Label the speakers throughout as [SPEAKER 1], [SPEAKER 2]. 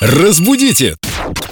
[SPEAKER 1] Разбудите!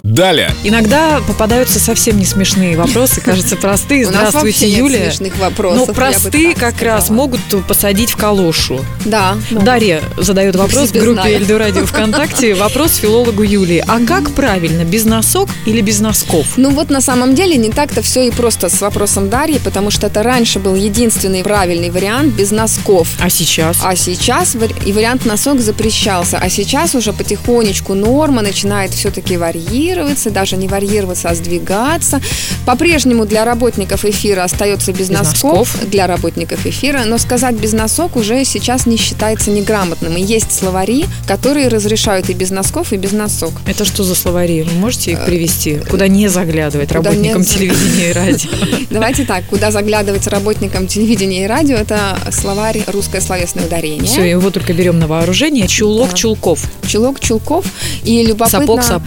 [SPEAKER 1] Далее!
[SPEAKER 2] Иногда попадаются совсем не смешные вопросы, кажется, простые.
[SPEAKER 3] У нас вообще
[SPEAKER 2] Здравствуйте,
[SPEAKER 3] нет
[SPEAKER 2] Юлия.
[SPEAKER 3] смешных
[SPEAKER 2] Но
[SPEAKER 3] вопросов. я бы
[SPEAKER 2] простые
[SPEAKER 3] так
[SPEAKER 2] как раз
[SPEAKER 3] сказала.
[SPEAKER 2] могут посадить в калошу.
[SPEAKER 3] Да.
[SPEAKER 2] Дарья задает вопрос в
[SPEAKER 3] себе
[SPEAKER 2] группе
[SPEAKER 3] знаю.
[SPEAKER 2] Эльдо Радио ВКонтакте. Вопрос филологу Юлии. А как правильно, без носок или без носков?
[SPEAKER 3] Ну вот на самом деле не так-то все и просто с вопросом Дарьи, потому что это раньше был единственный правильный вариант без носков.
[SPEAKER 2] А сейчас?
[SPEAKER 3] А сейчас вари- и вариант носок запрещался. А сейчас уже потихонечку норма начинает все-таки варьироваться, даже не варьироваться, а сдвигаться. По-прежнему для работников эфира остается без,
[SPEAKER 2] Без
[SPEAKER 3] носков,
[SPEAKER 2] носков.
[SPEAKER 3] для работников эфира, но сказать без носок уже сейчас не считается неграмотным. И есть словари, которые разрешают и без носков, и без носок.
[SPEAKER 2] Это что за словари? Вы можете их привести? Куда не заглядывать
[SPEAKER 3] А, э, куда
[SPEAKER 2] работникам
[SPEAKER 3] не за-
[SPEAKER 2] телевидения и радио?
[SPEAKER 3] Давайте так, куда заглядывать работникам телевидения и радио, это словарь «Русское словесное ударение».
[SPEAKER 2] Все, его только берем на вооружение. Чулок
[SPEAKER 3] Да.
[SPEAKER 2] чулков,
[SPEAKER 3] Чулок, чулков и любопытно...
[SPEAKER 2] сапог сап-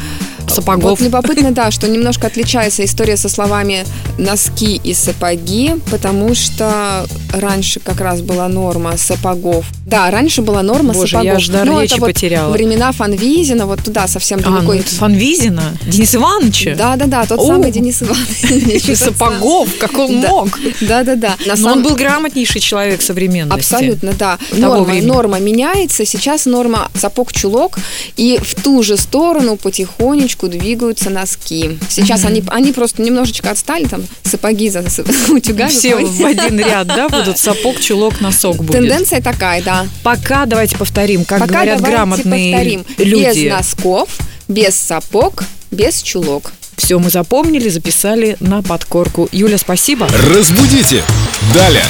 [SPEAKER 2] сапогов.
[SPEAKER 3] Вот любопытно, да, что немножко отличается история со словами носки и сапоги, потому что раньше как раз была норма сапогов. Да, раньше была норма
[SPEAKER 2] Боже,
[SPEAKER 3] сапогов.
[SPEAKER 2] я аж дар
[SPEAKER 3] Ну, это
[SPEAKER 2] речи
[SPEAKER 3] вот
[SPEAKER 2] потеряла.
[SPEAKER 3] Времена Фанвизина, вот туда совсем
[SPEAKER 2] А, ну
[SPEAKER 3] далеко.
[SPEAKER 2] это Фанвизина? Денис Ивановича?
[SPEAKER 3] да, да, да, тот
[SPEAKER 2] О.
[SPEAKER 3] самый Денис Иванович.
[SPEAKER 2] И сапогов, как он
[SPEAKER 3] Да.
[SPEAKER 2] мог.
[SPEAKER 3] Да, да, да. На
[SPEAKER 2] Но он
[SPEAKER 3] самом-
[SPEAKER 2] был грамотнейший человек современности.
[SPEAKER 3] Абсолютно, да.
[SPEAKER 2] Того
[SPEAKER 3] Норма,
[SPEAKER 2] времени.
[SPEAKER 3] норма меняется. Сейчас норма сапог-чулок, и в ту же сторону потихонечку двигаются носки. Сейчас они, они просто немножечко отстали, там сапоги за с- утюгами.
[SPEAKER 2] Все в
[SPEAKER 3] ходят.
[SPEAKER 2] один ряд, да, будут сапог, чулок, носок будет.
[SPEAKER 3] Тенденция такая, да.
[SPEAKER 2] Пока давайте повторим, как
[SPEAKER 3] Пока
[SPEAKER 2] говорят
[SPEAKER 3] давайте
[SPEAKER 2] грамотные
[SPEAKER 3] повторим.
[SPEAKER 2] люди.
[SPEAKER 3] Без носков, без сапог, без чулок.
[SPEAKER 2] Все мы запомнили, записали на подкорку. Юля, спасибо.
[SPEAKER 1] Разбудите! Далее!